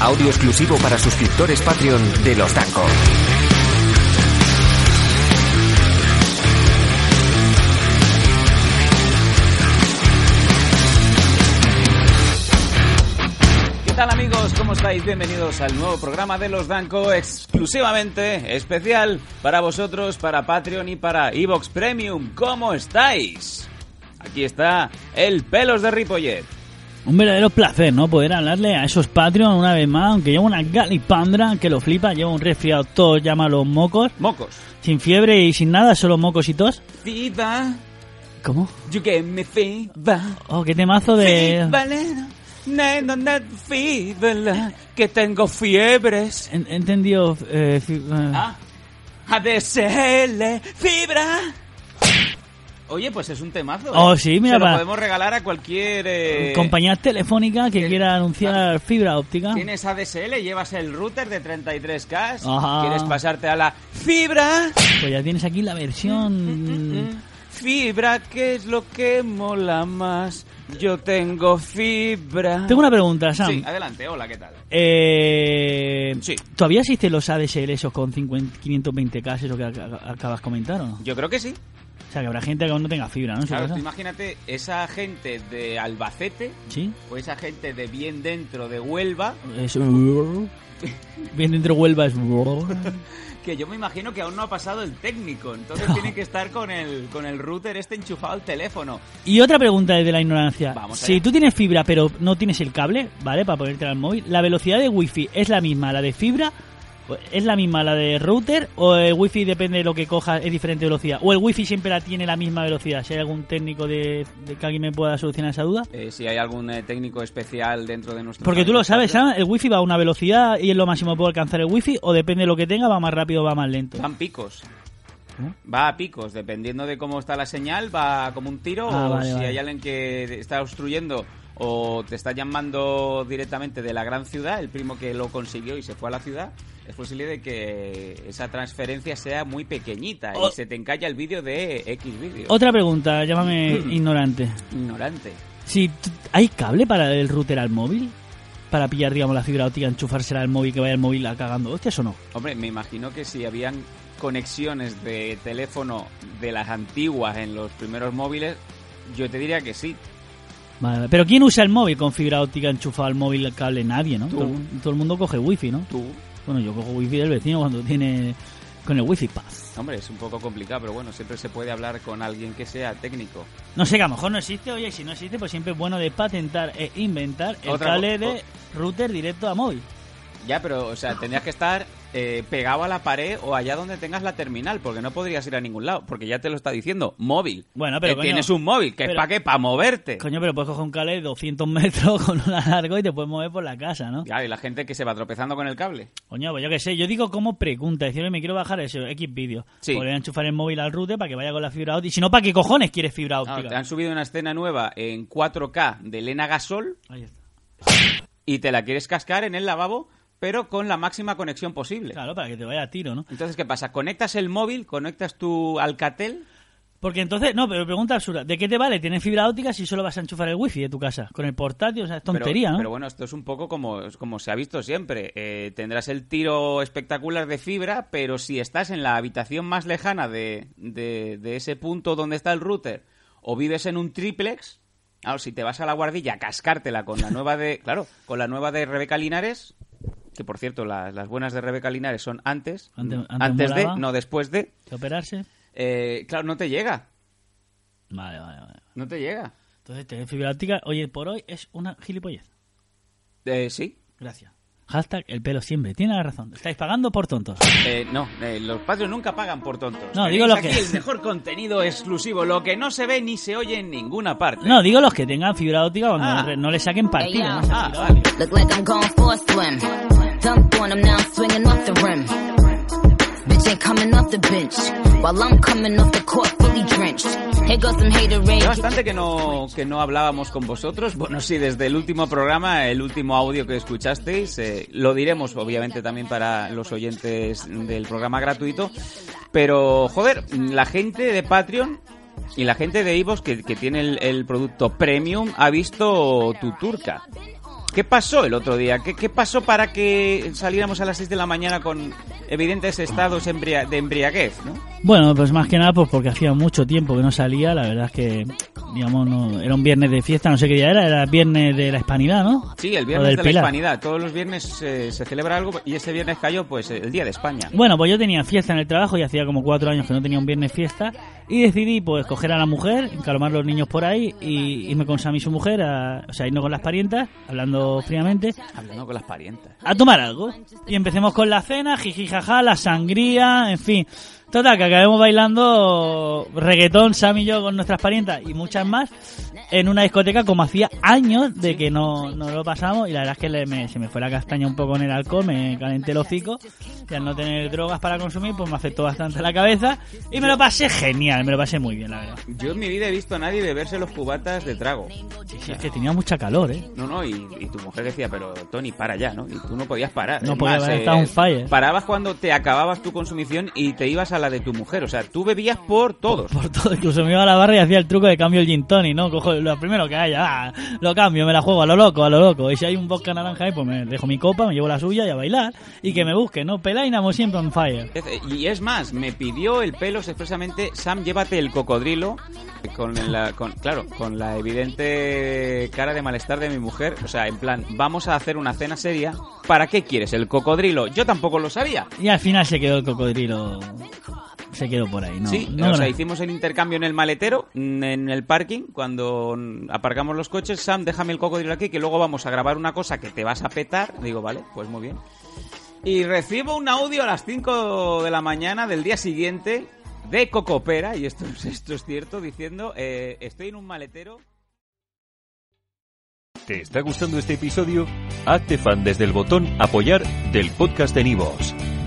Audio exclusivo para suscriptores Patreon de Los Danco. ¿Qué tal amigos? ¿Cómo estáis? Bienvenidos al nuevo programa de Los Danco, exclusivamente especial para vosotros, para Patreon y para Evox Premium. ¿Cómo estáis? Aquí está el pelos de Ripollet. Un verdadero placer, ¿no? Poder hablarle a esos Patreon una vez más, aunque llevo una galipandra que lo flipa, llevo un resfriado, todos llama los mocos, Mocos. sin fiebre y sin nada, solo mocos y tos. Viva, ¿Cómo? you give me fever. Oh, qué temazo de... Fever, nena, nena, fever, que tengo fiebres. En- He entendido... eh, fi- eh, Ah, ADSL, fibra. Oye, pues es un temazo. ¿eh? Oh, sí, mira, Se lo para- podemos regalar a cualquier. eh, Compañía telefónica que el- ah, quiera anunciar fibra óptica. Tienes ADSL, llevas el router de 33K. Ajá. Quieres pasarte a la fibra. Pues ya tienes aquí la Mm, versión... Fibra, ¿qué es lo que mola más? Yo tengo fibra. Ah. Tengo una pregunta, Sam. Sí, adelante, hola, ¿qué tal? Eh, Sí. ¿Todavía existen los ADSL esos con 50 520K, eso que ac- ac- acabas de comentar o no? Yo creo que sí. O sea, que habrá gente que aún no tenga fibra, ¿no? En su Claro, casa. tú imagínate esa gente de Albacete Sí. o esa gente de bien dentro de Huelva Es- Bien dentro Huelva es... Que yo me imagino que aún no ha pasado el técnico, entonces tiene que estar con el, con el router este enchufado al teléfono. Y otra pregunta desde la ignorancia. Vamos si allá. tú tienes fibra pero no tienes el cable, ¿vale? Para ponerte al móvil, ¿la velocidad de wifi es la misma, la de fibra? ¿Es la misma la de router? ¿O el wifi depende de lo que cojas, es diferente velocidad? ¿O el wifi siempre la tiene la misma velocidad? Si hay algún técnico de, de que alguien me pueda solucionar esa duda. Eh, si hay algún eh, técnico especial dentro de nuestro... pues, Porque tú lo sabes, ¿sabes? El wifi va a una velocidad y es lo máximo que puede alcanzar el wifi, o depende de lo que tenga, va más rápido o va más lento. Van picos. ¿Cómo? Va a picos, dependiendo de cómo está la señal, va como un tiro Ah, o vale, si vale. hay alguien que está obstruyendo o te está llamando directamente de la gran ciudad, el primo que lo consiguió y se fue a la ciudad, es posible de que esa transferencia sea muy pequeñita O- y se te encalla el vídeo de X vídeo. Otra pregunta, llámame ignorante. Ignorante. Si t- hay cable para el router al móvil, para pillar, digamos, la fibra óptica, enchufársela al móvil, que vaya el móvil a cagando, hostias o no. Hombre, me imagino que si habían conexiones de teléfono de las antiguas en los primeros móviles, yo te diría que sí. Vale, vale. Pero ¿quién usa el móvil con fibra óptica enchufado al móvil el cable? Nadie, ¿no? Tú. Todo, el mu- todo el mundo coge wifi, ¿no? Tú. Bueno, yo cojo wifi del vecino cuando tiene con el wifi paz. Hombre, es un poco complicado, pero bueno, siempre se puede hablar con alguien que sea técnico. No sé, que a lo mejor no existe, oye, y si no existe, pues siempre es bueno de patentar e inventar el Otra cable co- de router directo a móvil. Ya, pero, o sea, tendrías que estar eh, pegado a la pared o allá donde tengas la terminal, porque no podrías ir a ningún lado, porque ya te lo está diciendo, móvil. Bueno, pero Que coño, tienes un móvil, que es pero- para qué, para moverte. Coño, pero puedes coger un cable de 200 metros con un largo y te puedes mover por la casa, ¿no? Ya, y la gente que se va tropezando con el cable. Coño, pues yo qué sé, yo digo como pregunta, decirle me quiero bajar ese X vídeo. Sí. Pues le voy a enchufar el móvil al router para que vaya con la fibra óptica. Y si no, ¿para qué cojones quieres fibra Ah, te óptica? han subido una escena nueva en 4K de Elena Gasol. Ahí está. y te la quieres cascar en el lavabo, pero con la máxima conexión posible. Claro, para que te vaya a tiro, ¿no? Entonces, ¿qué pasa? Conectas el móvil, conectas tu Alcatel. Porque entonces, no, pero pregunta absurda, ¿de qué te vale tener fibra óptica si solo vas a enchufar el wifi de tu casa? Con el portátil, o sea, es pero- tontería, pero, ¿no? bueno, esto es un poco como, como se ha visto siempre. Eh, tendrás el tiro espectacular de fibra, pero si estás en la habitación más lejana de, de- de ese punto donde está el router o vives en un triplex, claro, si te vas a la guardilla a cascártela con la nueva de, claro, con la nueva de Rebeca Linares, que por cierto, las, las buenas de Rebeca Linares son antes, Antes- antes de, molaba. no después de. ¿De operarse? Eh, claro, no te llega. Vale, vale, vale. No te llega. Entonces, tener fibra óptica, oye, por hoy es una gilipollez. Eh, sí. Gracias. Hashtag el pelo siempre. Tiene la razón. Estáis pagando por tontos. Eh, no, eh, los Patreons nunca pagan por tontos. No, Tenéis digo lo aquí que- el mejor contenido exclusivo, lo que no se ve ni se oye en ninguna parte. No, digo los que tengan fibra óptica cuando Ah. no le saquen partido. Ey, no ya. sé. Ah, vale. Look like I'm going for a swim. Dunk on him now, I'm swinging off the rim. Bitch ain't coming off the bench. While I'm coming off the court, fully drenched. Here goes some hater rage. Ya bastante que no, que no hablábamos con vosotros. Bueno, sí, desde el último programa, el último audio que escuchasteis, eh, lo diremos obviamente también para los oyentes del programa gratuito. Pero, joder, la gente de Patreon y la gente de Ivos que, que tiene el, el producto premium ha visto tu turca. ¿Qué pasó el otro día? ¿Qué, qué pasó para que saliéramos a las 6 de la mañana con evidentes estados embria- de embriaguez? ¿no? Bueno, pues más que nada pues porque hacía mucho tiempo que no salía. La verdad es que, digamos, no, era un viernes de fiesta, no sé qué día era. Era viernes de la hispanidad, ¿no? Sí, el O viernes del de la Pilar. Hispanidad. Todos los viernes eh, se celebra algo y ese viernes cayó pues el Día de España. Bueno, pues yo tenía fiesta en el trabajo y hacía como cuatro años que no tenía un viernes fiesta. Y decidí, pues, coger a la mujer, calmar los niños por ahí y irme con Sammy y su mujer, a- o sea, irnos con las parientas, hablando fríamente, Hablando con las parientas. a tomar algo. Y empecemos con la cena, jiji, jaja, la sangría, en fin. Total, que acabemos bailando reggaetón, Sam y yo con nuestras parientas y muchas más en una discoteca como hacía años de que no, no lo pasamos y la verdad es que le- me- se me fue la castaña un poco en el alcohol, me calenté el hocico y al no tener drogas para consumir pues me afectó bastante la cabeza y me lo pasé genial, me lo pasé muy bien la verdad. Yo en mi vida he visto a nadie beberse los cubatas de trago. Sí, es que tenía mucha calor, ¿eh? No, no, y, y tu mujer decía, pero Tony, para ya, ¿no? Y tú no podías parar. No Es podía más, eh, haber estado on fire. Parabas cuando te acababas tu consumición y te ibas a la de tu mujer. O sea, tú bebías por todos. por todo. Incluso me iba a la barra y hacía el truco de cambio el gin tonic, ¿no? Cojo lo primero que haya, ah, lo cambio, me la juego a lo loco, a lo loco. Y si hay un vodka naranja ahí, pues me dejo mi copa, me llevo la suya y a bailar. Y que me busquen, ¿no? Pelainamo siempre on fire. Es- eh, Y es más, me pidió el pelos expresamente, Sam, llévate el cocodrilo, con la, con, claro, con la evidente cara de malestar de mi mujer, o sea, en plan, vamos a hacer una cena seria, ¿para qué quieres el cocodrilo? Yo tampoco lo sabía. Y al final se quedó el cocodrilo. Se quedó por ahí, ¿no? sí, no, o sea, no. hicimos el intercambio en el maletero, mm, en el parking, cuando mm, aparcamos los coches, Sam, déjame el cocodrilo aquí, que luego vamos a grabar una cosa que te vas a petar. Digo, vale, pues muy bien. Y recibo un audio a las 5 de la mañana del día siguiente de Cocopera, y esto, es- esto es cierto, diciendo, eh, estoy en un maletero. ¿Te está gustando este episodio? Hazte fan desde el botón Apoyar del podcast de Nivos.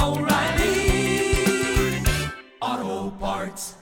oh, O'Reilly. Auto Parts.